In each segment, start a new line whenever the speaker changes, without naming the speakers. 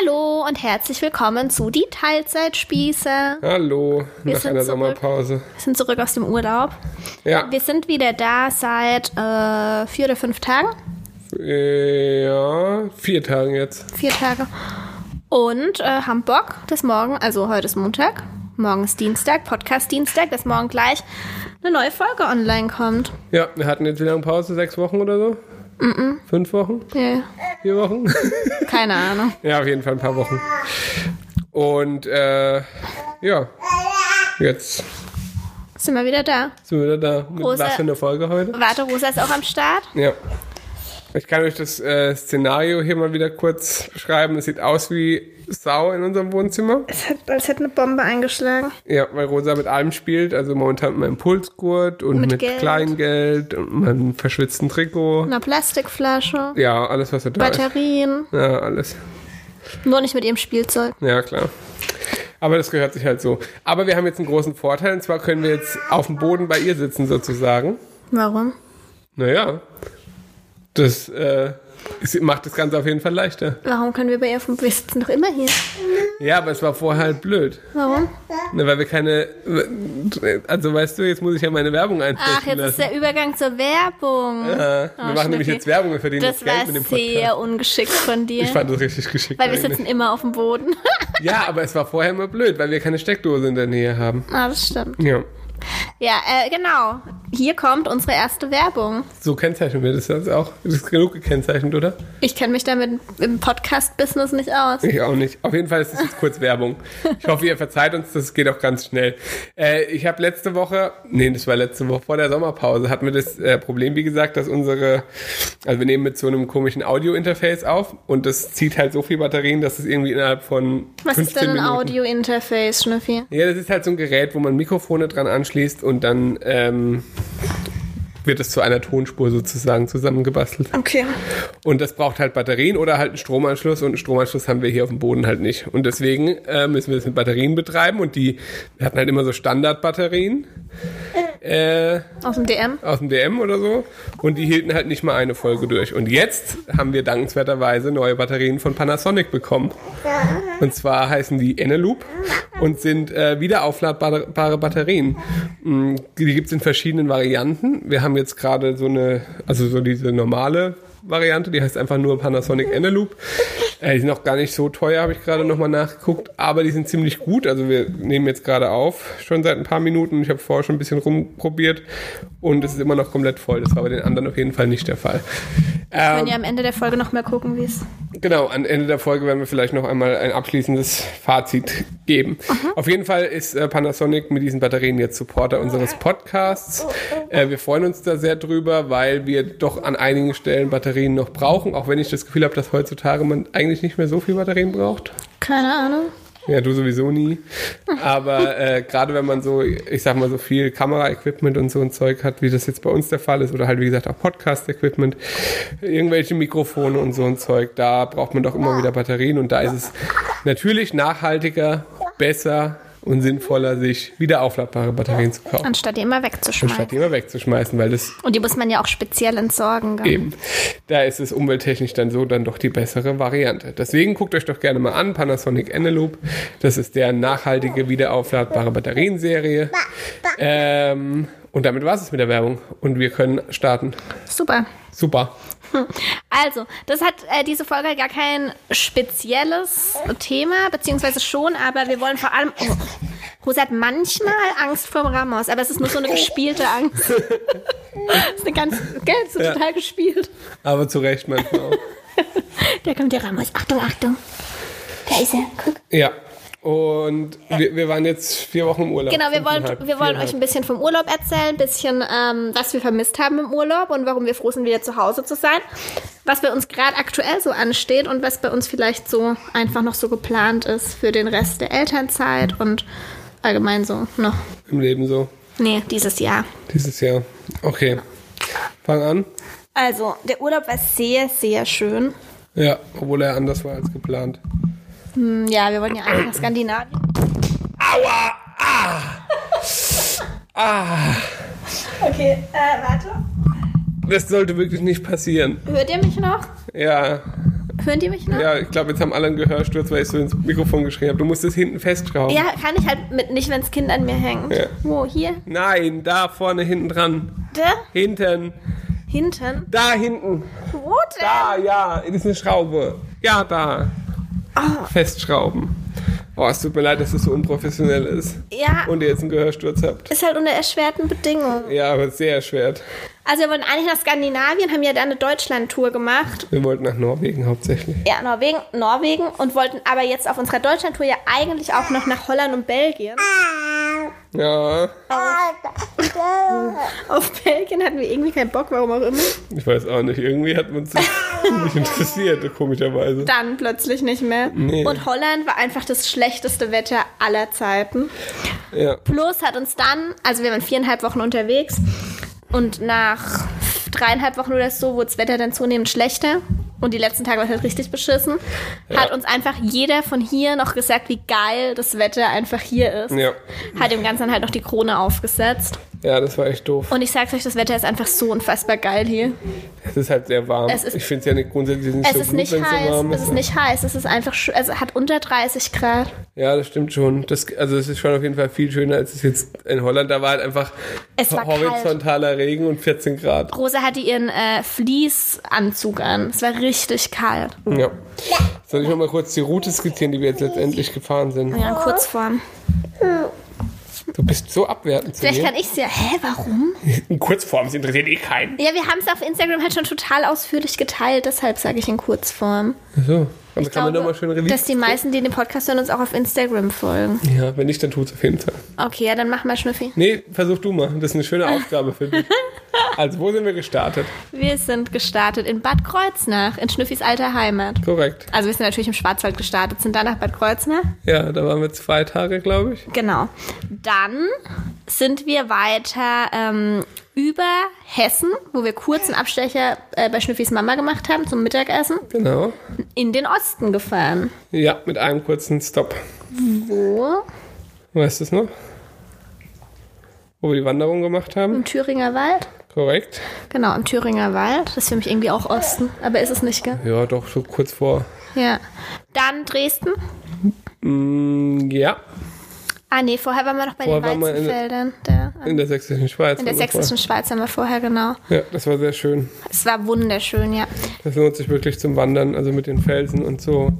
Hallo und herzlich willkommen zu die Teilzeitspieße.
Hallo,
Wir
nach
sind
einer
zurück.
Sommerpause.
Wir sind zurück aus dem Urlaub.
Ja,
Wir sind wieder da seit äh, vier oder fünf Tagen.
äh, ja, vier Tagen jetzt.
Vier Tage. Und äh, haben Bock, das morgen, also heute ist Montag, morgen ist Dienstag, Podcast Dienstag, dass morgen gleich eine neue Folge online kommt.
Ja, wir hatten jetzt wie lange Pause? Sechs Wochen oder so? Fünf Wochen?
Nee,
Vier Wochen?
keine Ahnung.
ja, auf jeden Fall ein paar Wochen. Und äh, ja, jetzt
Sind wir wieder da.
sind wir wieder da. Mit
Große-
was für eine Folge heute?
Warte, Rosa ist auch am Start.
Ja. Ich kann euch das äh, Szenario hier mal wieder kurz beschreiben. Es sieht aus wie Sau in unserem Wohnzimmer.
Es hat, als hätte eine Bombe eingeschlagen.
Ja, weil Rosa mit allem spielt, also momentan mit meinem Impulsgurt und
Mit
mit,
Geld.
Kleingeld und meinem verschwitzten Trikot.
Eine Plastikflasche,
Ja, alles, was er da ist.
Batterien.
Ja, alles.
Nur nicht mit ihrem Spielzeug.
Ja, klar. Aber das gehört sich halt so. Aber wir haben jetzt einen großen Vorteil, und zwar können wir jetzt auf dem Boden bei ihr sitzen, sozusagen.
Warum?
Naja, das äh, es macht das Ganze auf jeden Fall leichter.
Warum können wir bei ihr vom. Wir sitzen doch immer hier.
Ja, aber es war vorher halt blöd.
Warum?
Ne, weil wir keine. Also, weißt du, jetzt muss ich ja meine Werbung einflechten
Ach, jetzt ist
lassen.
der Übergang zur Werbung.
Äh, wir
Oh,
machen nämlich
Schnüffi.
jetzt Werbung, wir verdienen
Das
jetzt Geld
war
mit dem Podcast.
sehr ungeschickt von dir.
Ich fand das richtig geschickt.
weil wir
eigentlich.
sitzen immer auf dem Boden.
ja, aber es war vorher immer blöd, weil wir keine Steckdose in der Nähe haben.
ah, das stimmt.
Ja,
Ja, äh, genau. Hier kommt unsere erste Werbung.
so kennzeichnen wir das jetzt auch. Das ist genug gekennzeichnet, oder?
Ich kenne mich damit im Podcast-Business nicht aus.
Ich auch nicht. Auf jeden Fall ist es jetzt kurz Werbung. Ich hoffe, ihr verzeiht uns, das geht auch ganz schnell. Äh, ich habe letzte Woche, nee, das war letzte Woche vor der Sommerpause, hatten wir das äh, Problem, wie gesagt, dass unsere, also wir nehmen mit so einem komischen Audio-Interface auf und das zieht halt so viel Batterien, dass es irgendwie innerhalb von
Was
15
ist denn ein
Minuten
Audio-Interface, Schnüffi?
Ja, das ist halt so ein Gerät, wo man Mikrofone dran anschließt und dann ähm, wird es zu einer Tonspur sozusagen zusammengebastelt.
Okay.
Und das braucht halt Batterien oder halt einen Stromanschluss und einen Stromanschluss haben wir hier auf dem Boden halt nicht. Und deswegen äh, müssen wir das mit Batterien betreiben und die wir hatten halt immer so Standardbatterien äh,
Aus dem DM?
aus dem DM oder so und die hielten halt nicht mal eine Folge durch. Und jetzt haben wir dankenswerterweise neue Batterien von Panasonic bekommen. Und zwar heißen die Eneloop und sind äh, wieder aufladbare Batterien. Mm, Die gibt es in verschiedenen Varianten. Wir haben jetzt gerade so eine, also so diese normale Variante, die heißt einfach nur Panasonic Eneloop. Äh, die sind auch gar nicht so teuer, habe ich gerade nochmal nachgeguckt, aber die sind ziemlich gut. Also wir nehmen jetzt gerade auf, schon seit ein paar Minuten. Ich habe vorher schon ein bisschen rumprobiert und es ist immer noch komplett voll. Das war bei den anderen auf jeden Fall nicht der Fall. Ähm,
Wenn ihr am Ende der Folge nochmal gucken, wie es.
Genau, am Ende der Folge werden wir vielleicht noch einmal ein abschließendes Fazit geben. Auf jeden Fall ist äh, Panasonic mit diesen Batterien jetzt Supporter unseres Podcasts. Äh, wir freuen uns da sehr drüber, weil wir doch an einigen Stellen Batterien noch brauchen, auch wenn ich das Gefühl habe, dass heutzutage man eigentlich nicht mehr so viel Batterien braucht.
Keine Ahnung.
Ja, du sowieso nie. Aber äh, gerade wenn man so, ich sag mal, so viel Kameraequipment und so ein Zeug hat, wie das jetzt bei uns der Fall ist, oder halt wie gesagt auch Podcast-Equipment, irgendwelche Mikrofone und so ein Zeug, da braucht man doch immer wieder Batterien und da ist es natürlich nachhaltiger, besser und sinnvoller, sich wieder aufladbare Batterien zu kaufen,
Anstatt die immer
statt die
wegzuschmeißen.
immer wegzuschmeißen, weil das
Und die muss man ja auch speziell entsorgen. Gell?
Eben. Da ist es umwelttechnisch dann so dann doch die bessere Variante. Deswegen guckt euch doch gerne mal an, Panasonic Eneloop. Das ist deren nachhaltige, wiederaufladbare Batterienserie. Ähm, und damit war es mit der Werbung. Und wir können starten.
Super.
Super.
Also, das hat äh, diese Folge gar kein spezielles Thema, beziehungsweise schon, aber wir wollen vor allem. Oh, Rosa hat manchmal Angst vor Ramos, aber es ist nur so eine gespielte Angst. das ist eine ganz, gell, das ist
Ja.
total gespielt.
Aber zu Recht manchmal auch.
Da kommt der Ramos. Achtung, Achtung. Da ist er. Guck.
Ja. Und wir, wir waren jetzt vier Wochen im Urlaub.
Genau, wir wollen,
Fünfeinhalb,
wir wollen euch ein
viereinhalb.
bisschen vom Urlaub erzählen, ein bisschen, ähm, was wir vermisst haben im Urlaub und warum wir froh sind, wieder zu Hause zu sein, was bei uns gerade aktuell so ansteht und was bei uns vielleicht so einfach noch so geplant ist für den Rest der Elternzeit und allgemein so noch.
Im Leben so.
Nee, dieses Jahr.
Dieses Jahr. Okay. Fang an.
Also, der Urlaub war sehr, sehr schön.
Ja, obwohl er anders war als geplant.
Hm, Ja, wir wollen ja eigentlich nach Skandinavien. Aua! Ah! ah! Okay, äh, warte.
Das sollte wirklich nicht passieren.
Hört ihr mich noch?
Ja,
Hören die mich noch?
Ja, ich glaube, jetzt haben alle einen Gehörsturz, weil ich so ins Mikrofon geschrien habe. Du musst es hinten festschrauben.
Ja, kann ich halt mit nicht, wenn das Kind an mir hängt.
Ja.
Wo, hier?
Nein, da vorne hinten dran.
Da?
Hinten.
Hinten?
Da hinten.
Wo denn?
Da, ja. Das ist eine Schraube. Ja, da.
Ah.
Festschrauben. Oh, es tut mir leid, dass es so unprofessionell ist.
Ja.
Und ihr jetzt einen Gehörsturz habt.
Ist halt unter erschwerten Bedingungen.
Ja, aber sehr erschwert.
Also wir wollten eigentlich nach Skandinavien, haben ja dann eine Deutschland-Tour gemacht.
Wir wollten nach Norwegen hauptsächlich.
Ja, Norwegen, Norwegen und wollten aber jetzt auf unserer Deutschland-Tour ja eigentlich auch noch nach Holland und Belgien.
Ja.
Auf Belgien hatten wir irgendwie keinen Bock, warum auch immer.
Ich weiß auch nicht. Irgendwie hat man es nicht interessiert, komischerweise.
Dann plötzlich nicht mehr. Und Holland war einfach das schlechteste Wetter aller Zeiten.
Ja.
Plus hat uns dann, also wir waren viereinhalb Wochen unterwegs und nach dreieinhalb Wochen oder so wurde das Wetter dann zunehmend schlechter und die letzten Tage war es halt richtig beschissen. Hat uns einfach jeder von hier noch gesagt, wie geil das Wetter einfach hier ist.
Ja.
Hat dem Ganzen halt noch die Krone aufgesetzt.
Ja, das war echt doof.
Und ich sag's euch, das Wetter ist einfach so unfassbar geil hier.
Es ist halt sehr warm.
Es ist-
ich finde es ja nicht grundsätzlich nicht
Es
so
ist
gut,
nicht
wenn es so
heiß,
warm
es
ist.
ist nicht heiß, es ist einfach, sch- also hat unter 30 Grad.
Ja, das stimmt schon. Das, also es ist schon auf jeden Fall viel schöner, als es jetzt in Holland. Da war halt einfach
Es war
horizontaler Regen und 14 Grad.
Rosa hatte ihren äh, Fließanzug an. Es war richtig kalt.
Ja. Soll ich nochmal kurz die Route skizzieren, die wir jetzt letztendlich gefahren sind?
Ja, in Kurzform.
Du bist so abwertend zu
Vielleicht
mir.
kann ich's ja. Hä, warum?
In Kurzform, es interessiert eh keinen.
Ja, wir haben es auf Instagram halt schon total ausführlich geteilt, deshalb sage ich in Kurzform.
So, also kann man
glaube,
nochmal schön
dass
release.
die meisten, die den Podcast hören, uns auch auf Instagram folgen.
Ja, wenn nicht, dann tut's auf jeden Fall.
Okay, ja, dann mach mal Schnüffi.
Nee, versuch du mal. Das ist eine schöne Aufgabe für dich. Also, wo sind wir gestartet?
Wir sind gestartet in Bad Kreuznach, in Schnüffis alter Heimat.
Korrekt.
Also wir sind natürlich im Schwarzwald gestartet, sind dann nach Bad Kreuznach.
Ja, da waren wir zwei Tage, glaube ich.
Genau. Dann sind wir weiter ähm, über Hessen, wo wir kurz einen Abstecher äh, bei Schnüffis Mama gemacht haben zum Mittagessen,
Genau.
in den Osten gefahren.
Ja, mit einem kurzen Stop.
Wo?
Weißt du es noch? Wo wir die Wanderung gemacht haben.
Im Thüringer Wald.
Korrekt.
Genau, im Thüringer Wald. Das ist für mich irgendwie auch Osten, aber ist es nicht, gell?
Ja, doch, so kurz vor.
Ja. Dann Dresden.
Mm, ja,
Ah, nee, vorher waren wir noch bei
Vorher
den
waren wir in-
Weizenfeldern. Da, an-
in der sächsischen Schweiz.
in der sächsischen Schweiz waren wir vorher, genau.
Ja, das war sehr schön.
Es war wunderschön, ja.
Das lohnt sich wirklich zum Wandern, also mit den Felsen und so.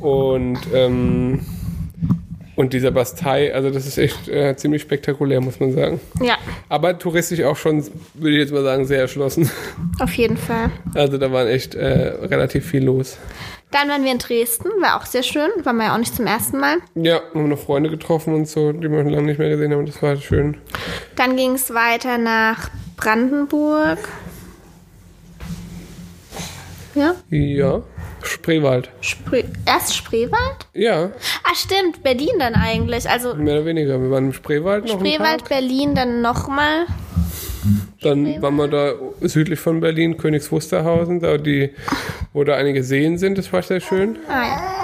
Und, ähm, und dieser Bastei, also das ist echt äh, ziemlich spektakulär, muss man sagen.
Ja,
Aber touristisch auch schon, würde ich jetzt mal sagen, sehr erschlossen.
auf jeden Fall.
Also da war echt äh, relativ viel los.
Dann waren wir in Dresden, war auch sehr schön. Waren wir ja auch nicht zum ersten Mal.
Ja, haben noch Freunde getroffen und so, die wir schon lange nicht mehr gesehen haben. Das war schön.
Dann ging es weiter nach Brandenburg. Ja,
Ja, Spreewald.
Spree erst Spreewald?
Ja,
Ah, stimmt, Berlin dann eigentlich. Also
mehr oder weniger. Wir waren im Spreewald noch einen
Spreewald,
Tag.
Berlin, dann nochmal.
Dann waren wir da südlich von Berlin, Königs Wusterhausen, da die, wo da einige Seen sind, das war sehr schön.
Ah, ja.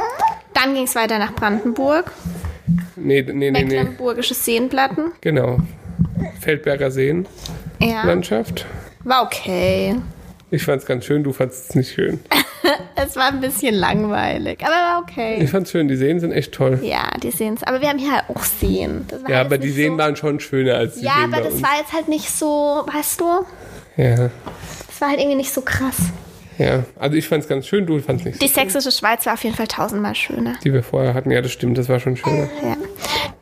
Dann ging es weiter nach Brandenburg.
Nee, nee, nee, nee.
Mecklenburgische Seenplatten.
Genau. Feldberger
Ja.
Seenlandschaft.
War okay.
Ich fand's ganz schön, du fandst es nicht schön.
Es war ein bisschen langweilig, aber war okay.
Ich fand's schön, die Seen sind echt toll.
Ja, die sehen es. Aber wir haben hier halt auch Seen. Das war
Ja,
jetzt
aber die
nicht
Seen
so,
waren schon schöner als die
Ja,
Seen
aber
bei
das
uns.
war jetzt halt nicht so, weißt du?
Ja,
Das war halt irgendwie nicht so krass.
ja. Also ich fand's ganz schön, du fandst nicht.
Die sächsische Schweiz war auf jeden Fall tausendmal schöner.
Die wir vorher hatten, ja, das stimmt, das war schon schöner.
Ja.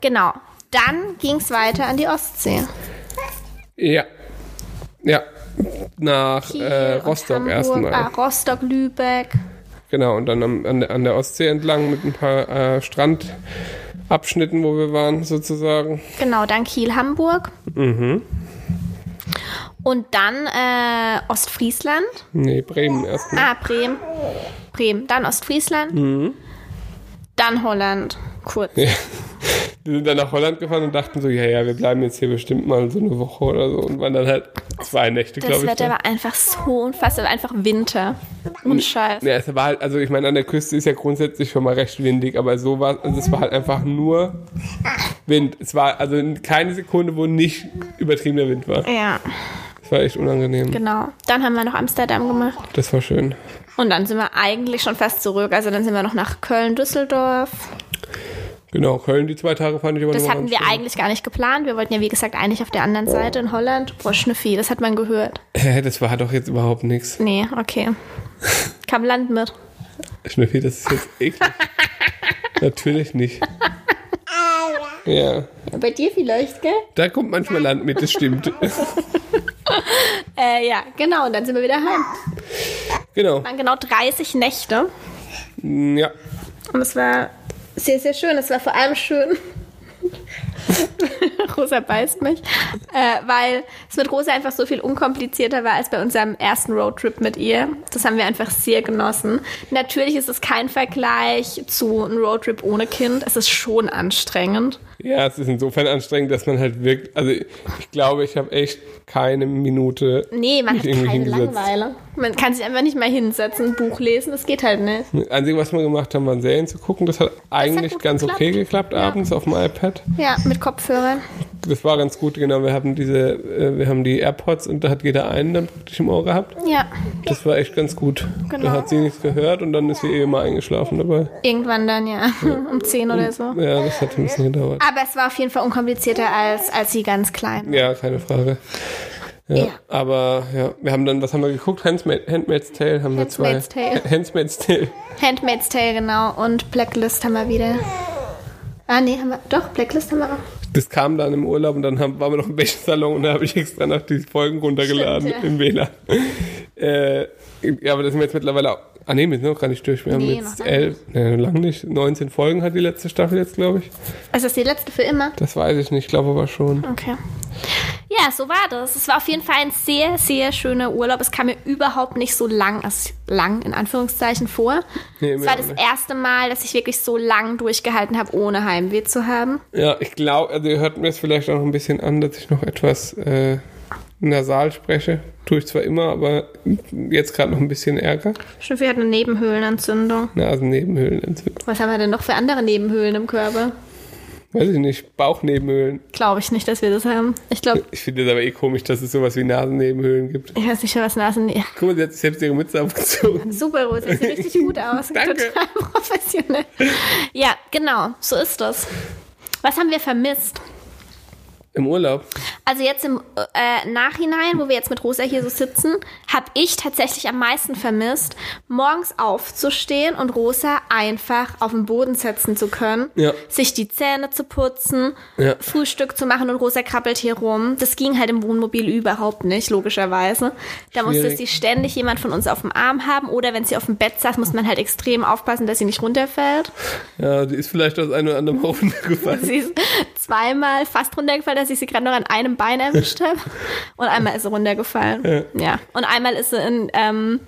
Genau. Dann ging es weiter an die Ostsee.
Ja. Ja. Nach
Kiel
äh,
und
Rostock
Hamburg,
erstmal.
Ah, Rostock, Lübeck.
Genau, und dann am, an, der, an der Ostsee entlang mit ein paar äh, Strandabschnitten, wo wir waren, sozusagen.
Genau, dann Kiel, Hamburg. Und dann äh, Ostfriesland.
Nee, Bremen erstmal.
Ah, Bremen. Bremen. Dann Ostfriesland. Dann Holland. Kurz.
Wir sind dann nach Holland gefahren und dachten so, ja, ja, wir bleiben jetzt hier bestimmt mal so eine Woche oder so und waren dann halt zwei Nächte,
Das
glaube ich.
Wetter
da.
war einfach so unfassbar. Einfach Winter. Und Scheiß.
Ja, es war halt, also ich meine, an der Küste ist ja grundsätzlich schon mal recht windig, aber so war, also es war halt einfach nur Wind. Es war also keine Sekunde, wo nicht übertriebener Wind war.
Ja,
Es war echt unangenehm.
genau. Dann haben wir noch Amsterdam gemacht.
Das war schön.
Und dann sind wir eigentlich schon fast zurück. Also dann sind wir noch nach Köln, Düsseldorf.
Genau, Köln, die zwei Tage fand ich aber
Das
nur
hatten wir
anstrengend.
eigentlich gar nicht geplant. Wir wollten ja, wie gesagt, eigentlich auf der anderen Seite in Holland. Boah, Schnüffi, das hat man gehört.
Hä, das war doch jetzt überhaupt nichts.
Nee, okay. Kam Land mit.
Schnüffi, das ist jetzt eklig. Natürlich nicht. Ja.
Bei dir vielleicht, gell?
Da kommt manchmal Land mit, das stimmt.
Äh, ja, genau. Und dann sind wir wieder heim.
genau. Mm,
Waren genau 30 Nächte.
Ja.
Und es war sehr, sehr schön. Es war vor allem schön. Rosa beißt mich, äh, weil es mit Rosa einfach so viel unkomplizierter war als bei unserem ersten Roadtrip mit ihr. Das haben wir einfach sehr genossen. Natürlich ist es kein Vergleich zu einem Roadtrip ohne Kind. Es ist schon anstrengend.
Ja, es ist insofern anstrengend, dass man halt wirkt. Also ich glaube, ich habe echt keine Minute.
Nee, man
mich
hat
irgendwie
keine
hingesetzt.
Langeweile. Man kann sich einfach nicht mal hinsetzen, ein Buch lesen. Das geht halt nicht.
Das Einzige, was wir gemacht haben, waren Serien zu gucken. Das hat eigentlich
gut
ganz okay
geklappt.
geklappt
Ja.
abends auf dem iPad.
Ja, mit Kopfhörern.
Das war ganz gut, genau. Wir haben diese, äh, wir haben die AirPods und da hat jeder einen dann praktisch im Ohr gehabt.
Ja.
Das war echt ganz gut.
Genau.
Da hat sie nichts gehört und dann ist sie eh mal eingeschlafen dabei.
Irgendwann dann, ja. Um 10 oder so.
Ja, das hat ein bisschen gedauert.
Aber es war auf jeden Fall unkomplizierter als, als sie ganz klein.
Ja, keine Frage. Ja,
Ja.
Aber ja, wir haben dann, was haben wir geguckt? Handmaid, Handmaid's Tale haben wir zwei.
Handmaid's Tale.
Ha- Handmaid's Tale.
Handmaid's Tale, genau. Und Blacklist haben wir wieder. Ah, nee, haben wir. Doch, Blacklist haben wir auch.
Das kam dann im Urlaub und dann haben, waren wir noch im Wäschesalon und da habe ich extra noch die Folgen runtergeladen
Stimmt, ja.
im WLAN. Äh, ja, aber das sind wir jetzt mittlerweile auch. Ah nee, wir sind noch gar nicht durch. Wir
Nee,
haben jetzt
noch lange
elf, nee, lang nicht. 19 Folgen hat die letzte Staffel jetzt, glaube ich.
Ist das die letzte für immer?
Das weiß ich nicht, glaube aber schon.
Okay. Ja, so war das. Es war auf jeden Fall ein sehr, sehr schöner Urlaub. Es kam mir überhaupt nicht so lang, also lang in Anführungszeichen vor.
Nee,
es
mir
war
auch
das
nicht.
erste Mal, dass ich wirklich so lang durchgehalten habe, ohne Heimweh zu haben.
Ja, ich glaube, also ihr hört mir es vielleicht auch noch ein bisschen an, dass ich noch etwas äh, nasal spreche. Tue ich zwar immer, aber jetzt gerade noch ein bisschen Ärger.
Schnüffi hat eine Nebenhöhlenentzündung.
Nasennebenhöhlenentzündung.
Was haben wir denn noch für andere Nebenhöhlen im Körper?
Weiß ich nicht, Bauchnebenhöhlen.
Glaube ich nicht, dass wir das haben. Ich glaube,
Ich finde es aber eh komisch, dass es sowas wie Nasennebenhöhlen gibt.
ich weiß nicht, was Nasen. Ja.
Guck mal, sie hat sich selbst ihre Mütze aufgezogen.
Super, Rosi, sieht richtig gut aus.
Danke.
Total professionell. Ja, genau, so ist das. Was haben wir vermisst?
Im Urlaub.
Also jetzt im äh, Nachhinein, wo wir jetzt mit Rosa hier so sitzen, habe ich tatsächlich am meisten vermisst, morgens aufzustehen und Rosa einfach auf den Boden setzen zu können,
Ja.
sich die Zähne zu putzen,
Ja.
Frühstück zu machen und Rosa krabbelt hier rum. Das ging halt im Wohnmobil überhaupt nicht, logischerweise. Da musste
Schwierig.
sie ständig jemand von uns auf dem Arm haben oder wenn sie auf dem Bett saß, muss man halt extrem aufpassen, dass sie nicht runterfällt.
Ja, die ist vielleicht aus einem oder anderen Mal runtergefallen.
Sie ist zweimal fast runtergefallen, dass ich sie gerade noch an einem Bein erwischt habe. Und einmal ist sie runtergefallen. Ja. Und einmal ist sie in, ähm,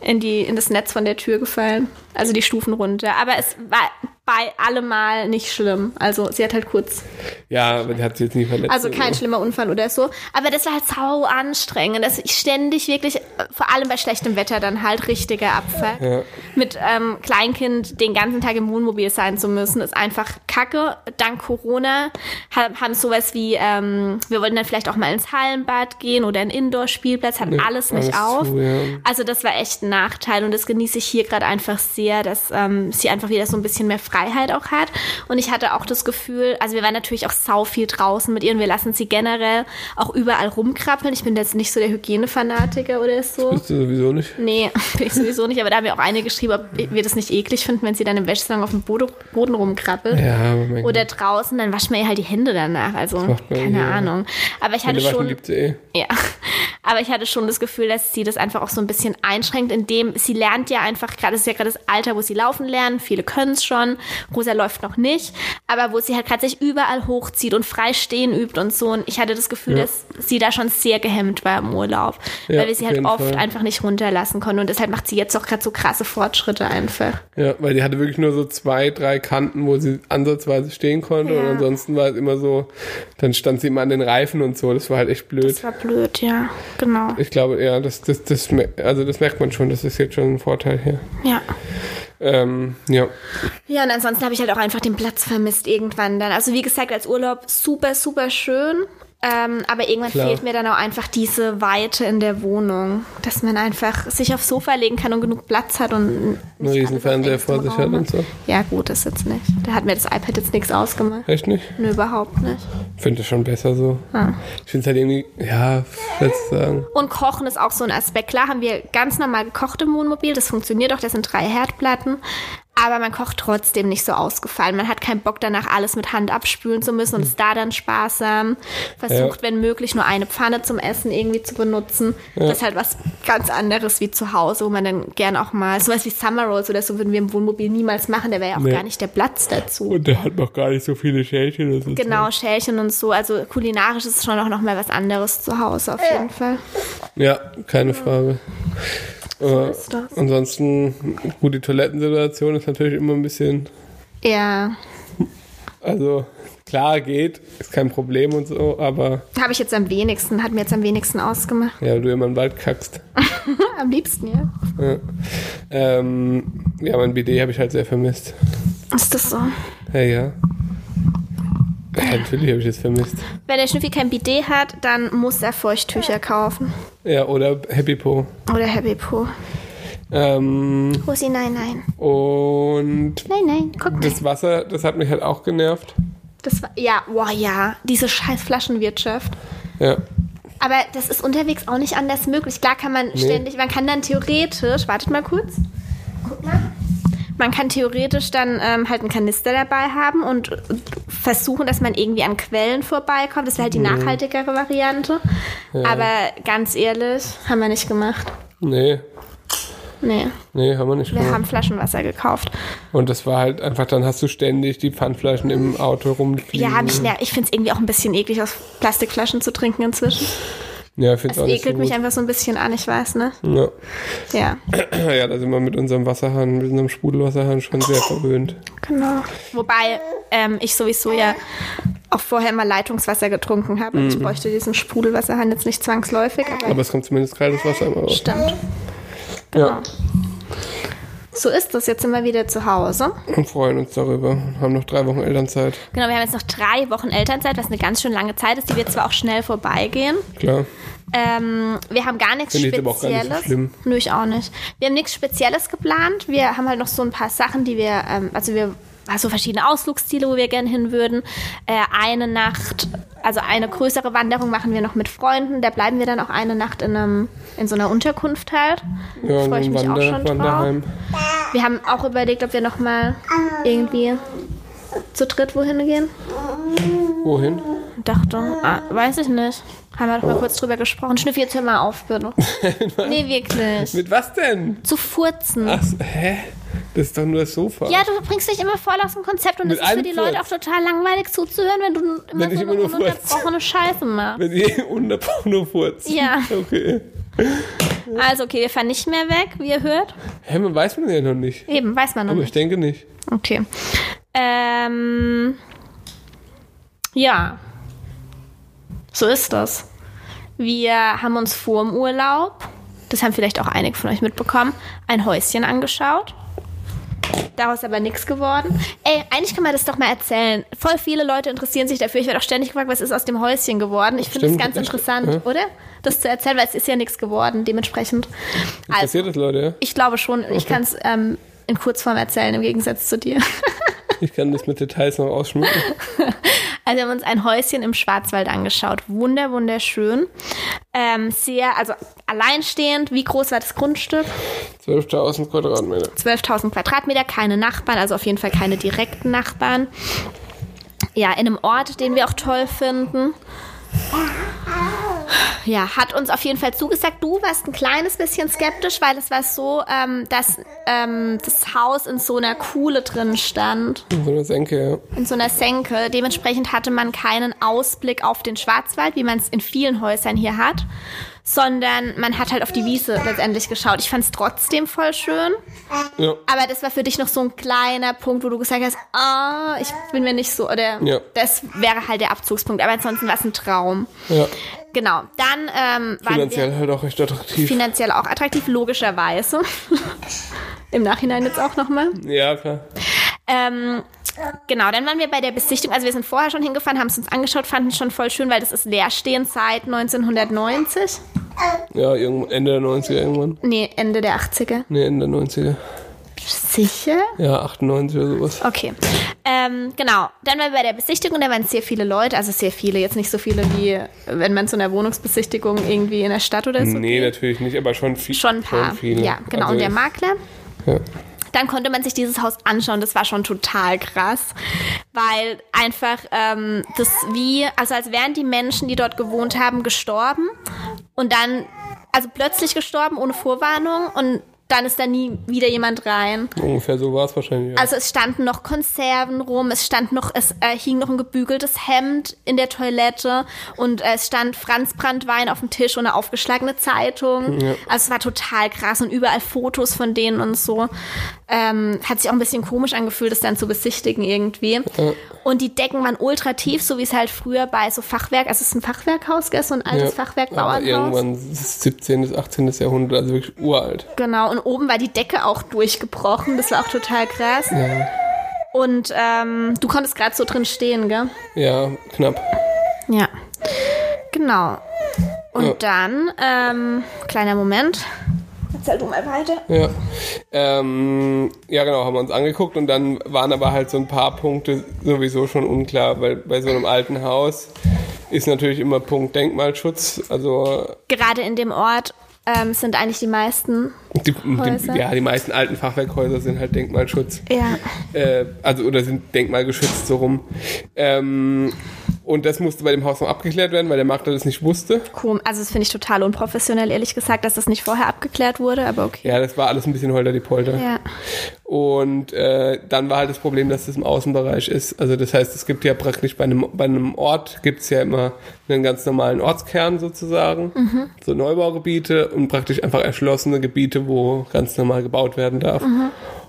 in, die, in das Netz von der Tür gefallen. Also die Stufen runter. Aber es war bei allemal nicht schlimm. Also sie hat halt kurz,
Ja, aber die hat sich jetzt nie verletzt.
also kein schlimmer Unfall oder so. Aber das war halt sau anstrengend. Das ich ständig wirklich, äh, vor allem bei schlechtem Wetter, dann halt richtiger Abfuck.
Ja.
Mit ähm, Kleinkind den ganzen Tag im Wohnmobil sein zu müssen, ist einfach kacke. Dank Corona ha- haben sowas wie, ähm, wir wollten dann vielleicht auch mal ins Hallenbad gehen oder einen Indoor-Spielplatz, hat
Nee,
alles nicht
alles
auf.
zu, ja.
Also das war echt ein Nachteil und das genieße ich hier gerade einfach sehr, dass ähm, sie einfach wieder so ein bisschen mehr Freiheit auch hat. Und ich hatte auch das Gefühl, also wir waren natürlich auch sau viel draußen mit ihr und wir lassen sie generell auch überall rumkrabbeln. Ich bin jetzt nicht so der Hygienefanatiker oder so.
Bist du sowieso nicht?
Nee, bin ich sowieso nicht, aber da haben wir auch eine geschrieben, ob wir das nicht eklig finden, wenn sie dann im Wäschesalon auf dem Boden, Boden rumkrabbelt.
Ja, aber mein
Oder
Gott.
draußen, dann wascht man ihr halt die Hände danach. Also,
macht man
keine
ja.
Ahnung. Aber ich hatte
Hände waschen
schon.
liebt sie eh.
Ja. Aber ich hatte schon das Gefühl, dass sie das einfach auch so ein bisschen einschränkt, indem sie lernt ja einfach, gerade das ist ja gerade das Alter, wo sie laufen lernen, viele können es schon, Rosa läuft noch nicht, aber wo sie halt gerade sich überall hochzieht und frei stehen übt und so. Und ich hatte das Gefühl,
Ja.
dass sie da schon sehr gehemmt war im Urlaub,
Ja,
weil wir sie
auf
halt
jeden
oft
Fall.
einfach nicht runterlassen konnten. Und deshalb macht sie jetzt auch gerade so krasse Fortschritte einfach.
Ja, weil die hatte wirklich nur so zwei, drei Kanten, wo sie ansatzweise stehen konnte. Und
Ja.
ansonsten war es immer so, dann stand sie immer an den Reifen und so. Das war halt echt blöd.
Das war blöd, ja, genau.
Ich glaube, ja, das, das, das, mer- also das merkt man schon, das ist jetzt schon ein Vorteil hier.
Ja.
Ähm, ja.
Ja, und ansonsten habe ich halt auch einfach den Platz vermisst irgendwann dann. Also wie gesagt, als Urlaub super, super schön. Ähm, aber irgendwann
Klar.
fehlt mir dann auch einfach diese Weite in der Wohnung, dass man einfach sich aufs Sofa legen kann und genug Platz hat und
Einen riesen Fernseher vor sich hat und so.
Ja, gut, ist jetzt nicht. Da hat mir das iPad jetzt nichts ausgemacht.
Echt nicht?
Nö, überhaupt nicht.
Finde das schon besser so.
Ah.
Ich finde es halt irgendwie, ja, jetzt sagen.
Und Kochen ist auch so ein Aspekt. Klar haben wir ganz normal gekocht im Wohnmobil, das funktioniert auch, das sind drei Herdplatten. Aber man kocht trotzdem nicht so ausgefallen. Man hat keinen Bock danach, alles mit Hand abspülen zu müssen und ist da dann sparsam. Versucht,
Ja.
wenn möglich, nur eine Pfanne zum Essen irgendwie zu benutzen. Das ist halt was ganz anderes wie zu Hause, wo man dann gern auch mal, sowas wie Summer Rolls oder so würden wir im Wohnmobil niemals machen. Da wäre ja auch
Nee.
gar nicht der Platz dazu.
Und der hat noch gar nicht so viele Schälchen. Das ist
Genau, Schälchen und so. Also kulinarisch ist es schon auch noch mal was anderes zu Hause auf jeden Fall.
Ja, keine Frage. Äh,
ist das.
ansonsten, gut, die Toilettensituation ist natürlich immer ein bisschen,
Ja,
also klar geht, ist kein Problem und so, aber
habe ich jetzt am wenigsten, hat mir jetzt am wenigsten ausgemacht.
ja, du immer im Wald kackst.
Am liebsten, ja.
Ja, ähm, ja mein BD habe ich halt sehr vermisst.
Ist das so?
Ja, ja. ja natürlich habe ich es vermisst.
Wenn der Schnüffi kein Bidet hat, dann muss er Feuchttücher kaufen.
Ja, oder Happy Po.
Oder Happy Po.
Ähm,
Rosi, nein, nein.
und
Nein, nein, guck mal.
das Wasser, das hat mich halt auch genervt.
Das war, ja, boah, ja. Diese scheiß Flaschenwirtschaft.
Ja.
Aber das ist unterwegs auch nicht anders möglich. Klar kann man ständig, man kann dann theoretisch, wartet mal kurz. Guck mal. Man kann theoretisch dann ähm, halt einen Kanister dabei haben und äh, versuchen, dass man irgendwie an Quellen vorbeikommt. Das wäre halt die nachhaltigere Variante. Aber ganz ehrlich, haben wir nicht gemacht.
Nee,
Nee,
nee, haben wir nicht
wir
gemacht.
haben Flaschenwasser gekauft.
Und das war halt einfach, dann hast du ständig die Pfandflaschen im Auto rumfliegen.
Ja, hab ich, ja, ich finde es irgendwie auch ein bisschen eklig, aus Plastikflaschen zu trinken inzwischen.
Ja, find's
Das
auch nicht so
ekelt mich
gut.
einfach so ein bisschen an, ich weiß, ne?
Ja.
Ja,
ja, da sind wir mit unserem Wasserhahn, mit unserem Sprudelwasserhahn schon sehr verwöhnt.
Genau. Wobei ähm, ich sowieso ja auch vorher immer Leitungswasser getrunken habe. Ich bräuchte diesen Sprudelwasserhahn jetzt nicht zwangsläufig, aber,
Aber es kommt zumindest kaltes Wasser immer raus.
stimmt. Genau.
Ja.
So ist das. Jetzt sind wir wieder zu Hause.
Und freuen uns darüber. Und Haben noch drei Wochen Elternzeit.
Genau, wir haben jetzt noch drei Wochen Elternzeit, was eine ganz schön lange Zeit ist, die wird zwar auch schnell vorbeigehen.
Klar.
Ähm, wir haben gar nichts
Finde ich aber auch gar nicht so
Spezielles.
schlimm.
Nö, ich auch nicht. Wir haben nichts Spezielles geplant. Wir haben halt noch so ein paar Sachen, die wir, ähm, also wir, also verschiedene Ausflugsziele, wo wir gerne hin würden. Äh, eine Nacht, also eine größere Wanderung machen wir noch mit Freunden. Da bleiben wir dann auch eine Nacht in, einem, in so einer Unterkunft halt.
Ja,
Freue ich
ein
mich auch schon drauf.
Wanderheim.
Wir haben auch überlegt, ob wir nochmal irgendwie zu dritt wohin gehen.
Wohin?
Dachte, ah, weiß ich nicht. Haben wir doch mal kurz drüber gesprochen. Schnüffi, jetzt hör mal auf, bitte. nee, wirklich.
Mit was denn?
Zu furzen.
Ach, hä? Das ist doch nur das Sofa.
Ja, du bringst dich immer voll aus dem Konzept und es
Mit
ist für
einem
die
Furz.
Leute auch total langweilig zuzuhören, wenn du immer
Wenn
so
ich
eine
immer nur furze.
ununterbrochene Scheiße machst.
Wenn ihr unter Porno furzt.
Ja.
Okay.
Also, okay, wir fahren nicht mehr weg, wie ihr hört.
Hä, man weiß man ja noch nicht.
Eben, weiß man noch
Aber
nicht.
ich denke nicht.
Okay. Ähm, ja. So ist das. Wir haben uns vor dem Urlaub, das haben vielleicht auch einige von euch mitbekommen, ein Häuschen angeschaut. Daraus aber nichts geworden. Ey, eigentlich kann man das doch mal erzählen. Voll viele Leute interessieren sich dafür. Ich werde auch ständig gefragt, was ist aus dem Häuschen geworden. Ich finde es
Stimmt,
ganz
echt,
interessant,
ja.
oder? Das zu erzählen, weil es ist ja nichts geworden, dementsprechend. Also,
Passiert das, Leute, ja?
ich glaube schon, ich kann es ähm, in Kurzform erzählen, im Gegensatz zu dir.
Ich kann das mit Details noch ausschmücken.
Also wir haben uns ein Häuschen im Schwarzwald angeschaut. Wunder, wunderschön. Ähm, sehr, also alleinstehend. Wie groß war das Grundstück?
12.000 Quadratmeter.
12.000 Quadratmeter, keine Nachbarn, also auf jeden Fall keine direkten Nachbarn. Ja, in einem Ort, den wir auch toll finden. Ja, hat uns auf jeden Fall zugesagt. Du warst ein kleines bisschen skeptisch, weil es war so, ähm, dass ähm, das Haus in so einer Kuhle drin stand
So eine Senke, ja.
in so einer Senke. Dementsprechend hatte man keinen Ausblick auf den Schwarzwald, wie man es in vielen Häusern hier hat, sondern man hat halt auf die Wiese letztendlich geschaut. Ich fand es trotzdem voll schön,
Ja,
aber das war für dich noch so ein kleiner Punkt, wo du gesagt hast, ah, ich bin mir nicht so, oder
Ja.
das wäre halt der Abzugspunkt. Aber ansonsten war es ein Traum.
ja.
Genau, dann ähm, waren wir
Finanziell halt auch recht attraktiv.
finanziell auch attraktiv, logischerweise. Im Nachhinein jetzt auch nochmal.
Ja, klar.
Ähm, Genau, dann waren wir bei der Besichtigung, also wir sind vorher schon hingefahren, haben es uns angeschaut, fanden es schon voll schön, weil das ist leerstehend seit 1990.
Ja, irgendwo Ende der 90er irgendwann.
Nee, Ende der 80er.
Nee, Ende der 90er.
Sicher?
Ja, 98 oder sowas.
Okay. Ähm, genau. Dann waren wir bei der Besichtigung, da waren sehr viele Leute, also sehr viele, jetzt nicht so viele wie wenn man zu einer Wohnungsbesichtigung irgendwie in der Stadt oder so.
Nee,
geht.
natürlich nicht, aber schon, viel,
Schon ein paar.
Schon viele.
Ja, genau.
Also
Und der
ich-
Makler.
Ja.
dann konnte man sich dieses Haus anschauen. Das war schon total krass, weil einfach ähm, das wie, also als wären die Menschen, die dort gewohnt haben, gestorben und dann, also plötzlich gestorben ohne Vorwarnung und dann ist da nie wieder jemand rein.
Ungefähr so war es wahrscheinlich. Ja.
Also es standen noch Konserven rum, es stand noch, es äh, hing noch ein gebügeltes Hemd in der Toilette und äh, es stand Franz Brandwein auf dem Tisch und eine aufgeschlagene Zeitung. Also es war total krass und überall Fotos von denen und so. Ähm, hat sich auch ein bisschen komisch angefühlt, das dann zu besichtigen irgendwie. Und die Decken waren ultra tief, so wie es halt früher bei so Fachwerk, also es ist ein Fachwerkhaus, gell, so ein altes
ja. Aber
Fachwerkbauernhaus.
irgendwann 17. bis 18. Jahrhundert, also wirklich uralt.
Genau, und oben war die Decke auch durchgebrochen, das war auch total krass.
Ja,
Und ähm, du konntest gerade so drin stehen, gell?
ja knapp.
Ja. Genau. Und dann, ähm, kleiner Moment. Erzähl du mal weiter.
Ja. Ähm, ja, genau, haben wir uns angeguckt und dann waren aber halt so ein paar Punkte sowieso schon unklar, weil bei so einem alten Haus ist natürlich immer Punkt Denkmalschutz. Also
Gerade in dem Ort ähm, sind eigentlich die meisten.
die, die,
Häuser.
ja, die meisten alten Fachwerkhäuser sind halt Denkmalschutz.
Ja.
äh, also oder sind denkmalgeschützt so rum. Ähm, und das musste bei dem Haus noch abgeklärt werden, weil der Makler das nicht wusste.
Komisch. Also, das finde ich total unprofessionell, ehrlich gesagt, dass das nicht vorher abgeklärt wurde, aber okay.
Ja, das war alles ein bisschen holter die Polter.
Ja.
Und äh, dann war halt das Problem, dass das im Außenbereich ist. Also das heißt, es gibt ja praktisch bei einem, bei einem Ort gibt es ja immer einen ganz normalen Ortskern sozusagen, so Neubaugebiete und praktisch einfach erschlossene Gebiete, wo ganz normal gebaut werden darf.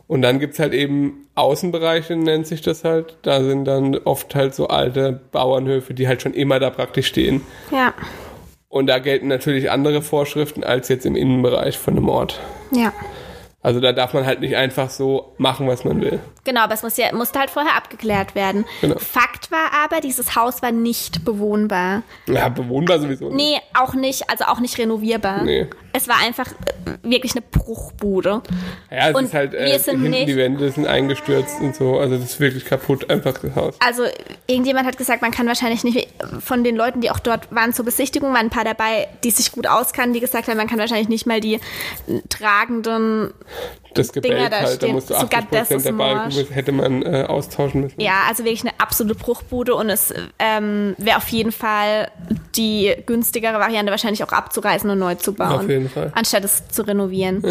Und dann gibt es halt eben Außenbereiche, nennt sich das halt. Da sind dann oft halt so alte Bauernhöfe, die halt schon immer da praktisch stehen.
Ja.
Und da gelten natürlich andere Vorschriften als jetzt im Innenbereich von einem Ort.
Ja.
Also da darf man halt nicht einfach so machen, was man will.
Genau, aber es muss ja, musste halt vorher abgeklärt werden.
Genau.
Fakt war aber, dieses Haus war nicht bewohnbar.
Ja, bewohnbar sowieso. nicht.
Nee, auch nicht, also auch nicht renovierbar.
Nee.
Es war einfach äh, wirklich eine Bruchbude.
Ja, es
Und
ist halt äh,
wir sind
hinten
nicht-
die Wände sind eingestürzt und so. Also das ist wirklich kaputt, einfach das Haus.
Also irgendjemand hat gesagt, man kann wahrscheinlich nicht von den Leuten, die auch dort waren zur Besichtigung, waren ein paar dabei, die sich gut auskannten, die gesagt haben, man kann wahrscheinlich nicht mal die äh, tragenden,
Das Gebälk
da
halt, da
stehen.
musst du
Sogar
80
das
Prozent
ist
der Balken
morsch.
hätte man äh, austauschen müssen.
ja, also wirklich eine absolute Bruchbude und es ähm, wäre auf jeden Fall die günstigere Variante wahrscheinlich auch abzureißen und neu zu bauen.
Auf jeden Fall.
Anstatt es zu renovieren.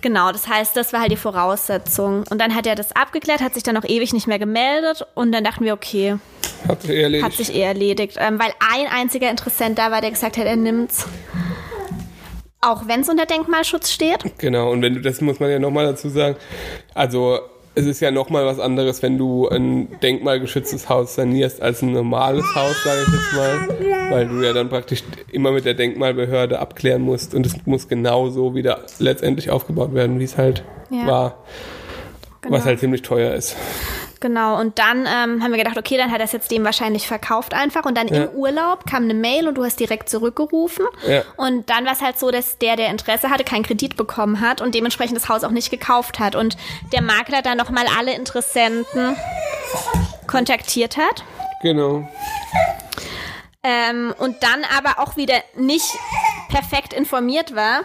Genau, das heißt, das war halt die Voraussetzung. Und dann hat er das abgeklärt, hat sich dann auch ewig nicht mehr gemeldet und dann dachten wir, okay,
Hat sich erledigt.
Hat sich eh erledigt, ähm, weil ein einziger Interessent da war, der gesagt hat, er nimmt's. Auch wenn es unter Denkmalschutz steht.
Genau, und wenn du, das muss man ja nochmal dazu sagen, also es ist ja nochmal was anderes, wenn du ein denkmalgeschütztes Haus sanierst, als ein normales Haus, sage ich jetzt mal, weil du ja dann praktisch immer mit der Denkmalbehörde abklären musst und es muss genauso wieder letztendlich aufgebaut werden, wie es halt
Ja.
war,
Genau.
was halt ziemlich teuer ist.
Genau. Und dann ähm, haben wir gedacht, okay, dann hat er es jetzt dem wahrscheinlich verkauft einfach. Und dann
Ja.
im Urlaub kam eine Mail und du hast direkt zurückgerufen.
Ja.
Und dann war es halt so, dass der, der Interesse hatte, keinen Kredit bekommen hat und dementsprechend das Haus auch nicht gekauft hat. Und der Makler dann nochmal alle Interessenten kontaktiert hat.
Genau.
Ähm, und dann aber auch wieder nicht perfekt informiert war,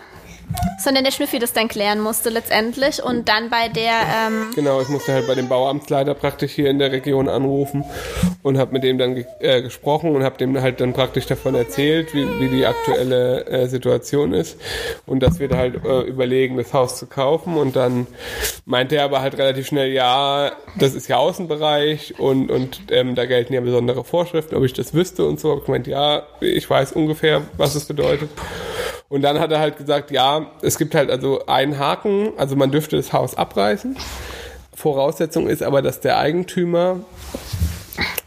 sondern der Schnüffi das dann klären musste letztendlich. Und dann bei der, ähm,
Genau, ich musste halt bei dem Bauamtsleiter praktisch hier in der Region anrufen und habe mit dem dann ge äh, gesprochen und habe dem halt dann praktisch davon erzählt, wie, wie die aktuelle äh, Situation ist und dass wir da halt äh, überlegen, das Haus zu kaufen und dann meinte er aber halt relativ schnell, ja, das ist ja Außenbereich und, und ähm, da gelten ja besondere Vorschriften, ob ich das wüsste und so. Hab ich gemeint, ja, ich weiß ungefähr, was es bedeutet. Und dann hat er halt gesagt, ja, es gibt halt also einen Haken, also man dürfte das Haus abreißen. Voraussetzung ist aber, dass der Eigentümer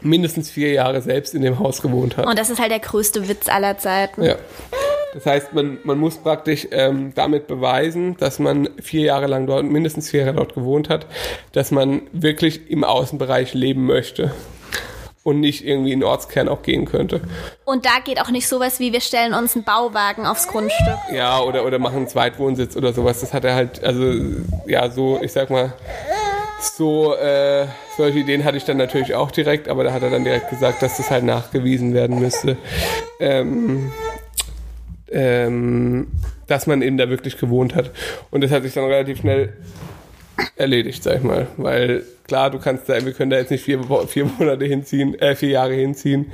mindestens vier Jahre selbst in dem Haus gewohnt hat.
und das ist halt der größte Witz aller Zeiten.
Ja. Das heißt, man, man muss praktisch ähm, damit beweisen, dass man vier Jahre lang dort, mindestens vier Jahre dort gewohnt hat, dass man wirklich im Außenbereich leben möchte und nicht irgendwie in den Ortskern auch gehen könnte.
Und da geht auch nicht sowas wie, wir stellen uns einen Bauwagen aufs Grundstück.
Ja, oder, oder machen einen Zweitwohnsitz oder sowas. Das hat er halt, also ja, so, ich sag mal, so äh, solche Ideen hatte ich dann natürlich auch direkt, aber da hat er dann direkt gesagt, dass das halt nachgewiesen werden müsste. Ähm, ähm, dass man eben da wirklich gewohnt hat. Und das hat sich dann relativ schnell erledigt, sag ich mal. Weil klar, du kannst da, wir können da jetzt nicht vier, Wo- vier Monate hinziehen, äh, vier Jahre hinziehen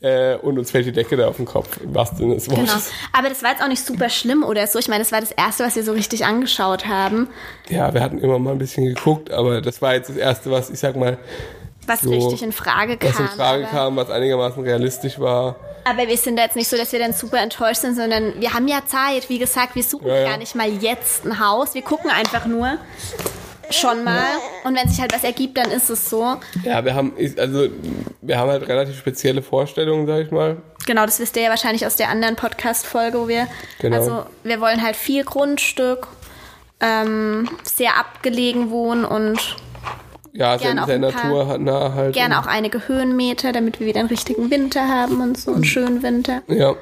äh, und uns fällt die Decke da auf den Kopf, im wahrsten Sinne des
Genau.
Wortes.
Aber das war jetzt auch nicht super schlimm oder so. Ich meine, das war das Erste, was wir so richtig angeschaut haben,
Ja, wir hatten immer mal ein bisschen geguckt, aber das war jetzt das Erste, was ich sag mal,
was
So,
richtig in Frage kam.
was in Frage
aber,
kam, was einigermaßen realistisch war.
aber wir sind da jetzt nicht so, dass wir dann super enttäuscht sind, sondern wir haben ja Zeit. Wie gesagt, wir suchen
Ja, ja.
gar nicht mal jetzt ein Haus. Wir gucken einfach nur schon mal. Und wenn sich halt was ergibt, dann ist es so.
Ja, wir haben, ich- also, wir haben halt relativ spezielle Vorstellungen, sag ich mal.
Genau, das wisst ihr ja wahrscheinlich aus der anderen Podcast-Folge, wo wir.
Genau.
Also, wir wollen halt viel Grundstück, ähm, sehr abgelegen wohnen und
Ja, sehr,
Gerne auch
sehr
ein paar-
naturnah halt.
gerne auch einige Höhenmeter, damit wir wieder einen richtigen Winter haben und so einen schönen Winter.
Ja.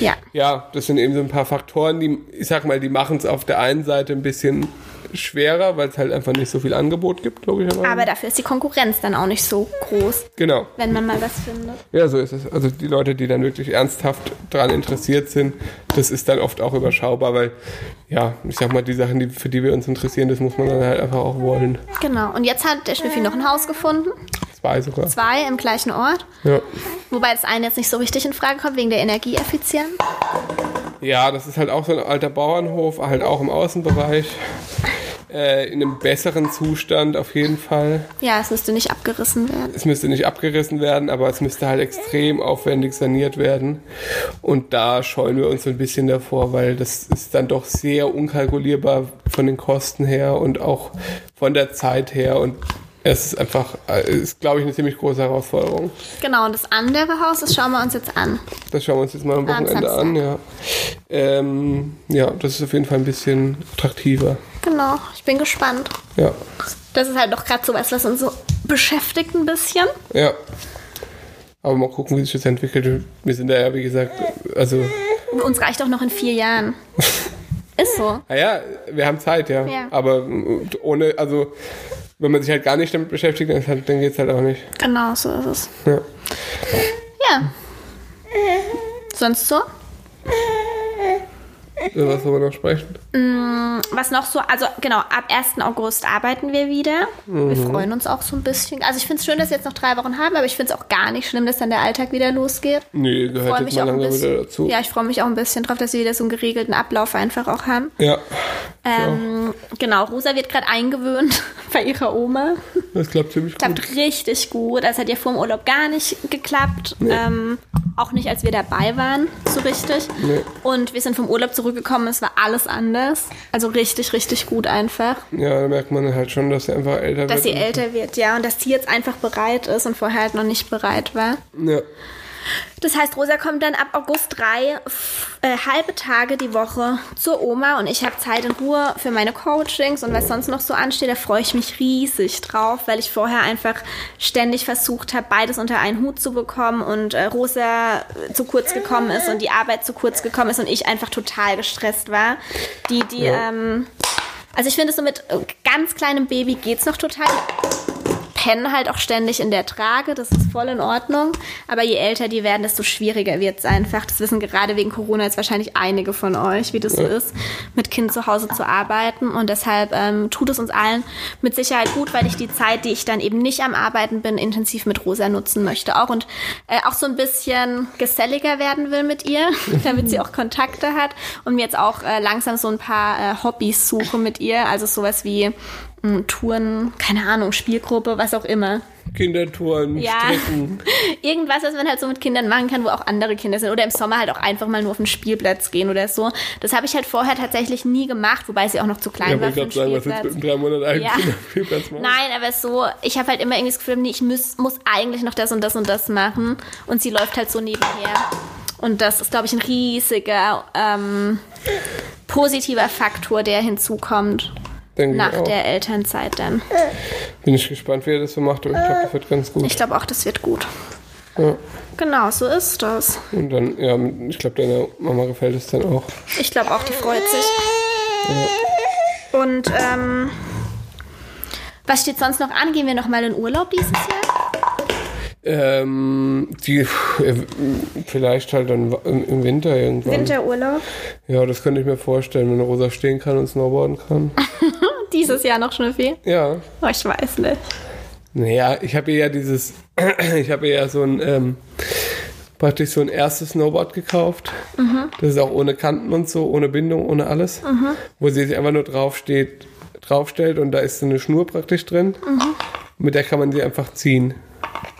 Ja.
ja, das sind eben so ein paar Faktoren, die, ich sag mal, die machen es auf der einen Seite ein bisschen schwerer, weil es halt einfach nicht so viel Angebot gibt, logischerweise.
Aber dafür ist die Konkurrenz dann auch nicht so groß,
genau.
wenn man mal was findet.
Ja, so ist es. Also die Leute, die dann wirklich ernsthaft daran interessiert sind, das ist dann oft auch überschaubar, weil, ja, ich sag mal, die Sachen, die, für die wir uns interessieren, das muss man dann halt einfach auch wollen.
Genau. Und jetzt hat der Schnüffi noch ein Haus gefunden.
Zwei sogar.
Zwei im gleichen Ort.
Ja.
Wobei das eine jetzt nicht so richtig in Frage kommt, wegen der Energieeffizienz.
ja, das ist halt auch so ein alter Bauernhof, halt auch im Außenbereich. Äh, in einem besseren Zustand auf jeden Fall.
Ja, es müsste nicht abgerissen werden.
es müsste nicht abgerissen werden, aber es müsste halt extrem aufwendig saniert werden. Und da scheuen wir uns so ein bisschen davor, weil das ist dann doch sehr unkalkulierbar von den Kosten her und auch von der Zeit her. Und es ist einfach, äh, ist glaube ich eine ziemlich große Herausforderung.
Genau, und das andere Haus, das schauen wir uns jetzt an.
Das schauen wir uns jetzt mal am
Am
Wochenende an. Ja. Ähm, ja, das ist auf jeden Fall ein bisschen attraktiver.
Genau, ich bin gespannt.
Ja,
Das ist halt doch gerade so was, was uns so beschäftigt ein bisschen.
ja. Aber mal gucken, wie sich das entwickelt. Wir sind da ja, wie gesagt, also
Uns reicht doch noch in vier Jahren. Ist so.
Naja, Ah wir haben Zeit, ja.
Ja.
Aber mm, ohne, also, wenn man sich halt gar nicht damit beschäftigt, dann, ist halt- dann geht's halt auch nicht.
Genau, so ist es.
Ja.
Ja. Sonst so?
Über was wollen wir noch sprechen?
Was noch so, also genau, ab 1. August arbeiten wir wieder.
Mhm.
Wir freuen uns auch so ein bisschen. Also ich finde es schön, dass wir jetzt noch drei Wochen haben, aber ich finde es auch gar nicht schlimm, dass dann der Alltag wieder losgeht.
Nee,
Ich
gehört
freue
jetzt
mich
mal
auch ein
langsam wieder
bisschen.
dazu.
Ja, ich freue mich auch ein bisschen drauf, dass wir wieder so einen geregelten Ablauf einfach auch haben.
Ja.
Ähm, Genau, Rosa wird gerade eingewöhnt bei ihrer Oma.
Das klappt ziemlich gut.
Klappt richtig gut. Das hat ja vor dem Urlaub gar nicht geklappt. Ähm, auch nicht, als wir dabei waren, so richtig.
Nee.
Und wir sind vom Urlaub zurückgekommen, es war alles anders. Also richtig, richtig gut einfach.
Ja, da merkt man halt schon, dass sie einfach älter
Dass sie
wird.
älter wird, ja. Und dass sie jetzt einfach bereit ist und vorher halt noch nicht bereit war.
ja.
Das heißt, Rosa kommt dann ab August drei f- äh, halbe Tage die Woche zur Oma und ich habe Zeit in Ruhe für meine Coachings und was sonst noch so ansteht, da freue ich mich riesig drauf, weil ich vorher einfach ständig versucht habe, beides unter einen Hut zu bekommen und äh, Rosa äh, zu kurz gekommen ist und die Arbeit zu kurz gekommen ist und ich einfach total gestresst war. Die, die,
Ja.
ähm, also ich finde so mit äh, ganz kleinem Baby geht's noch total pennen halt auch ständig in der Trage, das ist voll in Ordnung. Aber je älter die werden, desto schwieriger wird es einfach. Das wissen gerade wegen Corona jetzt wahrscheinlich einige von euch, wie das so ist, mit Kind zu Hause zu arbeiten. Und deshalb ähm, tut es uns allen mit Sicherheit gut, weil ich die Zeit, die ich dann eben nicht am Arbeiten bin, intensiv mit Rosa nutzen möchte auch. Und äh, auch so ein bisschen geselliger werden will mit ihr, damit sie auch Kontakte hat. Und mir jetzt auch äh, langsam so ein paar äh, Hobbys suche mit ihr. Also sowas wie Mm, Touren, keine Ahnung, Spielgruppe, was auch immer.
Kindertouren,
Ja.
Stricken.
Irgendwas, was man halt so mit Kindern machen kann, wo auch andere Kinder sind. Oder im Sommer halt auch einfach mal nur auf den Spielplatz gehen oder so. Das habe ich halt vorher tatsächlich nie gemacht, wobei sie auch noch zu klein
Ja,
war für
wollte
den
gerade sagen, was jetzt
Spielplatz.
mit einem drei Monate alten
Ja.
Kind auf dem Spielplatz machen.
Nein, aber so, ich habe halt immer irgendwie das Gefühl, nee, ich muss, muss eigentlich noch das und das und das machen. Und sie läuft halt so nebenher. Und das ist, glaube ich, ein riesiger ähm, positiver Faktor, der hinzukommt
Denke ich
nach
auch.
der Elternzeit dann.
Bin ich gespannt, wie er das so macht, aber ich glaube, das wird ganz gut.
Ich glaube auch, das wird gut.
Ja.
Genau, so ist das.
Und dann, ja, ich glaube, deiner Mama gefällt es dann auch.
Ich glaube auch, die freut sich. Und ähm, was steht sonst noch an? Gehen wir nochmal in Urlaub dieses Jahr?
Ähm, die, äh, vielleicht halt dann wa- im im Winter irgendwann.
Winterurlaub?
Ja, das könnte ich mir vorstellen, wenn Rosa stehen kann und snowboarden kann.
Dieses Jahr noch schon viel?
Ja.
Oh, ich weiß nicht.
Naja, ich habe ihr ja dieses, ich habe ihr ja so ein, ähm, praktisch so ein erstes Snowboard gekauft. Das ist auch ohne Kanten und so, ohne Bindung, ohne alles. Wo sie sich einfach nur draufsteht, draufstellt und da ist so eine Schnur praktisch drin. Mit der kann man sie einfach ziehen.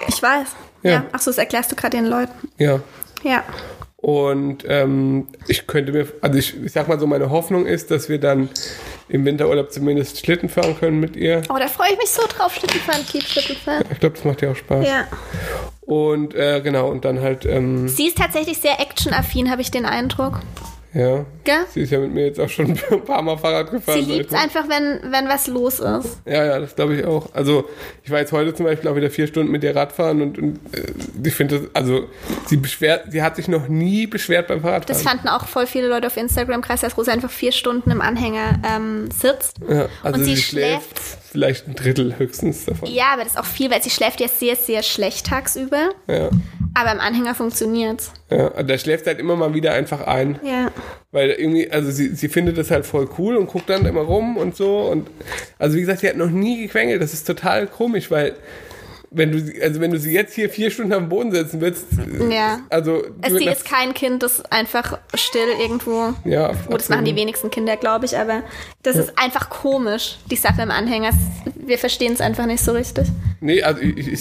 Ich weiß.
Ja.
Ja. Ach so, das erklärst du gerade den Leuten.
Ja.
Ja.
Und ähm, ich könnte mir, also ich, ich sag mal so, meine Hoffnung ist, dass wir dann im Winterurlaub zumindest Schlitten fahren können mit ihr.
Oh, da freue ich mich so drauf. Schlittenfahren, Keep Schlittenfahren.
Ich glaube, das macht ihr auch Spaß.
Ja.
Und äh, genau, und dann halt, ähm,
Sie ist tatsächlich sehr actionaffin, habe ich den Eindruck.
ja.
Gell?
Sie ist ja mit mir jetzt auch schon ein paar Mal Fahrrad
Sie
gefahren.
liebt es
sag ich
einfach, wenn, wenn was los ist.
mal. Ja, ja, das glaube ich auch. Also ich war jetzt heute zum Beispiel auch wieder vier Stunden mit ihr Radfahren und, und äh, ich finde das, also sie beschwert, sie hat sich noch nie beschwert beim Fahrradfahren.
Das fanden auch voll viele Leute auf Instagram, krass, dass Rosa einfach vier Stunden im Anhänger ähm, sitzt.
ja, also
und
sie,
sie
schläft vielleicht ein Drittel höchstens davon.
Ja, aber das ist auch viel, weil sie schläft ja sehr, sehr schlecht tagsüber.
Ja.
Aber im Anhänger funktioniert's.
Ja, und da schläft sie halt immer mal wieder einfach ein.
Ja.
Weil irgendwie, also sie, sie findet das halt voll cool und guckt dann immer rum und so. Und also wie gesagt, sie hat noch nie gequengelt. Das ist total komisch, weil wenn du sie, also wenn du sie jetzt hier vier Stunden am Boden setzen willst,
Ja.
also
Es, sie
nach-
ist kein Kind, das einfach still irgendwo.
ja,
Gut, das machen die wenigsten Kinder, glaube ich, aber das ist einfach komisch, die Sache im Anhänger. Wir verstehen es einfach nicht so richtig.
Nee, also ich, ich,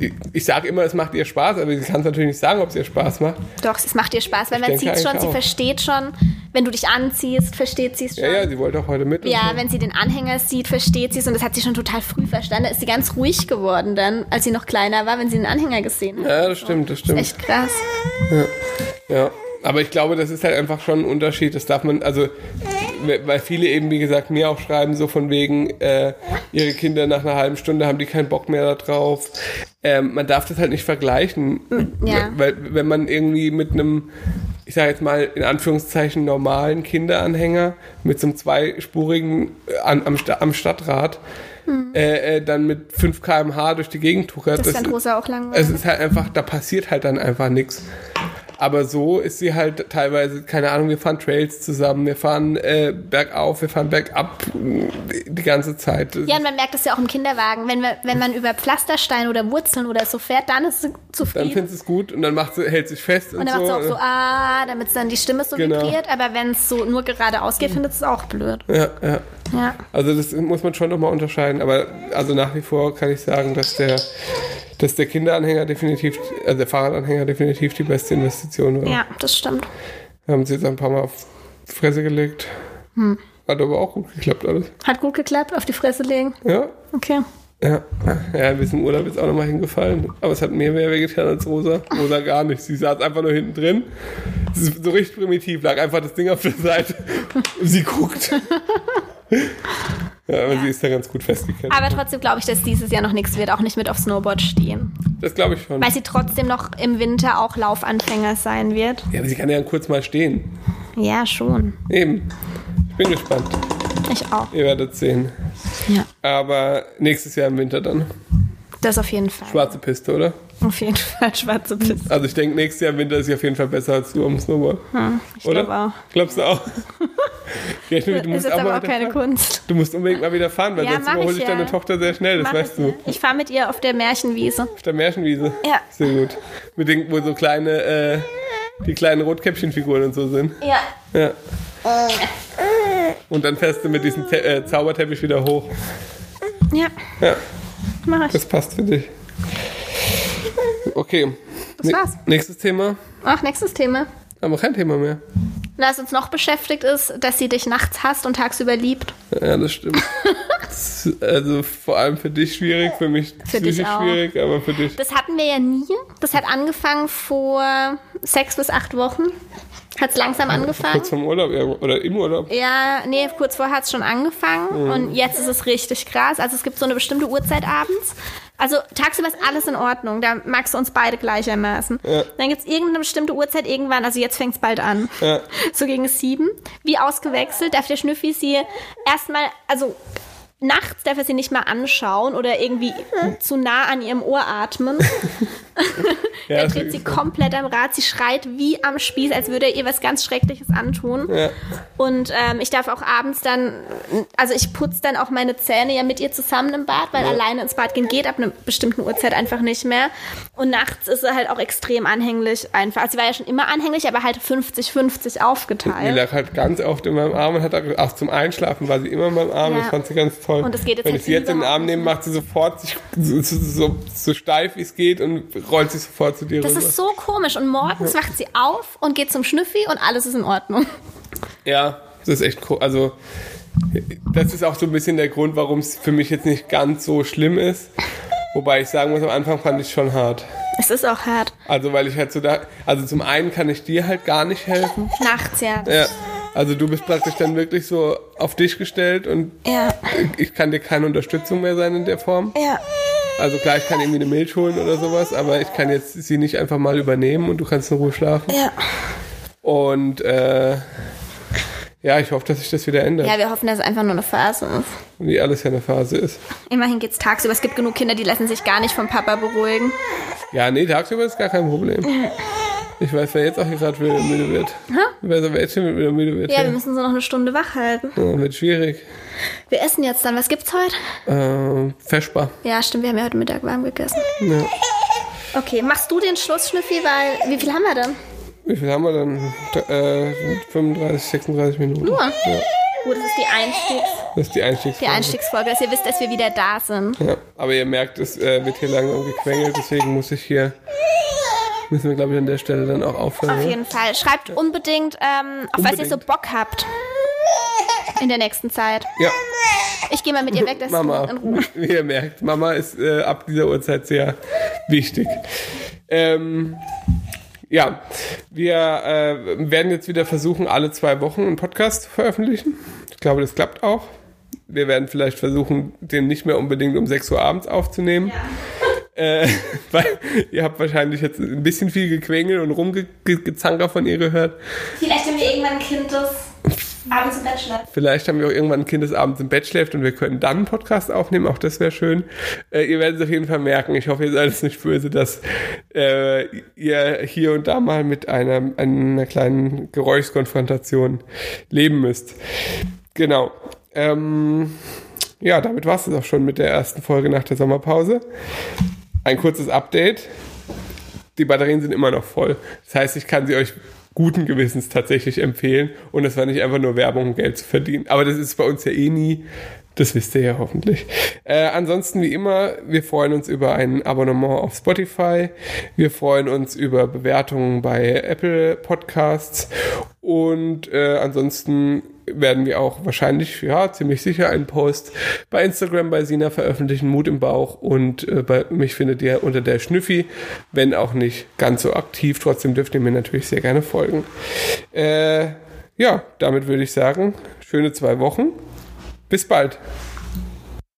ich, ich sage immer, es macht ihr Spaß, aber sie kann es natürlich nicht sagen, ob es ihr Spaß macht.
Doch, es macht ihr Spaß, weil
Ich
man
denke
sieht schon,
eigentlich
sie
auch.
versteht schon, wenn du dich anziehst, versteht sie es schon.
Ja, ja, sie wollte auch heute mit. und
Ja,
so.
wenn sie den Anhänger sieht, versteht sie es und das hat sie schon total früh verstanden. Da ist sie ganz ruhig geworden dann, als sie noch kleiner war, wenn sie den Anhänger gesehen hat.
ja, das stimmt, das stimmt.
Echt krass.
Ja, aber ich glaube, das ist halt einfach schon ein Unterschied. Das darf man, also, weil viele eben, wie gesagt, mir auch schreiben, so von wegen, äh, ihre Kinder nach einer halben Stunde haben die keinen Bock mehr darauf. Ähm, man darf das halt nicht vergleichen.
Ja.
Weil, wenn man irgendwie mit einem, ich sage jetzt mal in Anführungszeichen, normalen Kinderanhänger mit so einem zweispurigen äh, an, am, Sta- am Stadtrat, äh, äh, dann mit 5 km/h durch die Gegend tuckert.
Hm. Das ist dann
ist-
Rosa auch lang.
es ist halt einfach, da passiert halt dann einfach nichts. Aber so ist sie halt teilweise, keine Ahnung, wir fahren Trails zusammen, wir fahren äh, bergauf, wir fahren bergab mh, die ganze Zeit.
Ja, und man merkt das ja auch im Kinderwagen. Wenn, wir, wenn man über Pflastersteine oder Wurzeln oder so fährt, dann ist sie
Dann
zufrieden.
findet sie es gut und dann macht sie, hält sich fest und,
und dann
so. äh.
macht sie auch so, ah, damit es dann die Stimme so
Genau.
vibriert. Aber wenn es so nur geradeaus geht, findet es auch blöd.
ja, ja.
Ja.
Also das muss man schon nochmal unterscheiden. Aber also nach wie vor kann ich sagen, dass der, dass der Kinderanhänger definitiv, also der Fahrradanhänger definitiv die beste Investition war.
ja, das stimmt.
Wir haben uns jetzt ein paar Mal auf die Fresse gelegt.
Hm.
Hat aber auch gut geklappt alles.
Hat gut geklappt, auf die Fresse legen.
Ja,
Okay.
Ja, ja ein bisschen Urlaub ist auch nochmal hingefallen. Aber es hat mir mehr wehgetan als Rosa. Rosa gar nicht. Sie saß einfach nur hinten drin. Es ist So richtig primitiv, lag einfach das Ding auf der Seite. Sie guckt. Ja, aber sie ist da ganz gut festgekettet.
Aber trotzdem glaube ich, dass dieses Jahr noch nichts wird, auch nicht mit auf Snowboard stehen.
Das glaube ich schon.
Weil sie trotzdem noch im Winter auch Laufanfänger sein wird.
Ja, aber sie kann ja kurz mal stehen.
Ja, schon.
Eben. Ich bin gespannt.
Ich auch.
Ihr werdet sehen.
Ja.
Aber nächstes Jahr im Winter dann.
Das auf jeden Fall.
Schwarze Piste, oder?
Auf jeden Fall schwarze Piste.
Also ich denke, nächstes Jahr im Winter ist sie auf jeden Fall besser als du am Snowboard.
Hm, Ich
oder?
glaube auch.
Glaubst du auch? Rechne,
Das ist jetzt aber auch keine Kunst.
Du musst unbedingt mal wieder fahren, weil
Ja,
sonst
mach
überhole
ich
ich deine
ja.
Tochter sehr schnell, das
Mach
weißt
ich,
du.
ne? Ich fahre mit ihr auf der Märchenwiese.
Auf der Märchenwiese.
Ja.
Sehr gut. Mit den, wo so kleine, äh, die kleinen Rotkäppchenfiguren und so sind.
Ja.
Ja. Und dann fährst du mit diesem Te äh, Zauberteppich wieder hoch.
Ja,
Ja,
mach ich.
das passt für dich. Okay.
Das war's.
Nächstes Thema.
Ach, nächstes Thema.
Haben wir kein Thema mehr.
Na, Was uns noch beschäftigt ist, dass sie dich nachts hasst und tagsüber liebt.
Ja, das stimmt. Das ist, also vor allem für dich schwierig, für mich
Für dich
psychisch
auch.
schwierig, aber für dich.
Das hatten wir ja nie. Das hat angefangen vor sechs bis acht Wochen hat es langsam angefangen.
Kurz vom Urlaub ja, oder im Urlaub.
Ja, nee, kurz vorher hat es schon angefangen und jetzt ist es richtig krass. Also es gibt so eine bestimmte Uhrzeit abends. Also tagsüber ist alles in Ordnung, da magst du uns beide gleichermaßen.
Ja.
Dann gibt es irgendeine bestimmte Uhrzeit irgendwann, also jetzt fängt es bald an.
Ja.
So gegen sieben. Wie ausgewechselt, darf der Schnüffi sie erstmal, also nachts darf er sie nicht mal anschauen oder irgendwie zu nah an ihrem Ohr atmen.
Ja,
Dann
das
dreht sie
ist-
komplett am Rad. Sie schreit wie am Spieß, als würde er ihr was ganz Schreckliches antun.
Ja.
Und ähm, ich darf auch abends dann, also ich putze dann auch meine Zähne ja mit ihr zusammen im Bad, weil alleine ins Bad gehen geht ab einer bestimmten Uhrzeit einfach nicht mehr. Und nachts ist sie halt auch extrem anhänglich einfach. Also sie war ja schon immer anhänglich, aber halt 50-50
Die
aufgeteilt.
lag halt ganz oft in meinem Arm und hat auch zum Einschlafen war sie immer in meinem Arm.
Ja.
Das fand sie ganz toll.
Und das geht jetzt
Wenn
halt
ich sie jetzt in den
überhaupt
Arm nehme,
nicht mehr.
macht sie sofort sich so, so, so, so steif wie es geht und rollt sich sofort zu dir
Das
rüber.
ist so komisch. Und morgens wacht sie auf und geht zum Schnüffi und alles ist in Ordnung.
Ja, das ist echt cool. Also, das ist auch so ein bisschen der Grund, warum es für mich jetzt nicht ganz so schlimm ist. Wobei ich sagen muss, am Anfang fand ich es schon hart.
Es ist auch hart.
Also, weil ich halt so da. Also, zum einen kann ich dir halt gar nicht helfen.
Nachts, ja.
Ja. Also, du bist praktisch dann wirklich so auf dich gestellt und
Ja.
ich kann dir keine Unterstützung mehr sein in der Form.
Ja.
Also, klar, ich kann irgendwie eine Milch holen oder sowas, aber ich kann jetzt sie nicht einfach mal übernehmen und du kannst in Ruhe schlafen.
Ja.
Und, äh. Ja, ich hoffe, dass sich das wieder ändert.
Ja, wir hoffen, dass es einfach nur eine Phase ist.
Wie alles ja eine Phase ist.
Immerhin geht's tagsüber. Es gibt genug Kinder, die lassen sich gar nicht vom Papa beruhigen.
Ja, nee, tagsüber ist gar kein Problem. Ich weiß, wer jetzt auch hier gerade wieder müde wird. Ich weiß, wer jetzt schon wieder müde wird.
Ja,
Ja,
wir müssen so noch eine Stunde wach halten.
Ja, wird schwierig.
Wir essen jetzt dann. Was gibt's heute?
Ähm, Feschbar.
Ja, stimmt, wir haben ja heute Mittag warm gegessen.
Ja.
Okay, machst du den Schluss, Schnüffi, weil wie viel haben wir denn?
Wie viel haben wir dann? Äh, 35, 36 Minuten.
Nur?
Ja,
Gut, Oh, das ist die, Einstiegs
das ist die Einstiegsfolge.
die Einstiegsfolge, dass ihr wisst, dass wir wieder da sind.
Ja, aber ihr merkt, es äh, wird hier langsam gequengelt, deswegen muss ich hier, müssen wir glaube ich an der Stelle dann auch aufhören.
Auf
oder?
jeden Fall. Schreibt unbedingt, ähm, auf was ihr
Unbedingt.
so Bock habt. In der nächsten Zeit.
Ja,
Ich gehe mal mit ihr weg, dass
Mama.
du in Ruhe.
Wie ihr merkt, Mama ist äh, ab dieser Uhrzeit sehr wichtig. Ähm, ja, wir äh, werden jetzt wieder versuchen, alle zwei Wochen einen Podcast zu veröffentlichen. Ich glaube, das klappt auch. Wir werden vielleicht versuchen, den nicht mehr unbedingt um 6 Uhr abends aufzunehmen. Äh, weil ihr habt wahrscheinlich jetzt ein bisschen viel gequengel und rumgezanker von ihr gehört.
Vielleicht haben wir irgendwann ein Kind, das abends im Bett schläft.
Vielleicht haben wir auch irgendwann ein Kind, das abends im Bett schläft und wir können dann einen Podcast aufnehmen. Auch das wäre schön. Äh, ihr werdet es auf jeden Fall merken. Ich hoffe, ihr seid es nicht böse, dass äh, ihr hier und da mal mit einer, einer kleinen Geräuschkonfrontation leben müsst. Genau. Ähm, ja, damit war es auch schon mit der ersten Folge nach der Sommerpause. Ein kurzes Update. Die Batterien sind immer noch voll. Das heißt, ich kann sie euch guten Gewissens tatsächlich empfehlen. Und das war nicht einfach nur Werbung, um Geld zu verdienen. Aber das ist bei uns ja eh nie. Das wisst ihr ja hoffentlich. Äh, ansonsten, wie immer, wir freuen uns über ein Abonnement auf Spotify. Wir freuen uns über Bewertungen bei Apple Podcasts. Und äh, ansonsten werden wir auch wahrscheinlich, ja, ziemlich sicher einen Post bei Instagram bei Sina veröffentlichen, Mut im Bauch und äh, bei mich findet ihr unter der Schnüffi, wenn auch nicht ganz so aktiv, trotzdem dürft ihr mir natürlich sehr gerne folgen. Äh, ja, damit würde ich sagen, schöne zwei Wochen. Bis bald.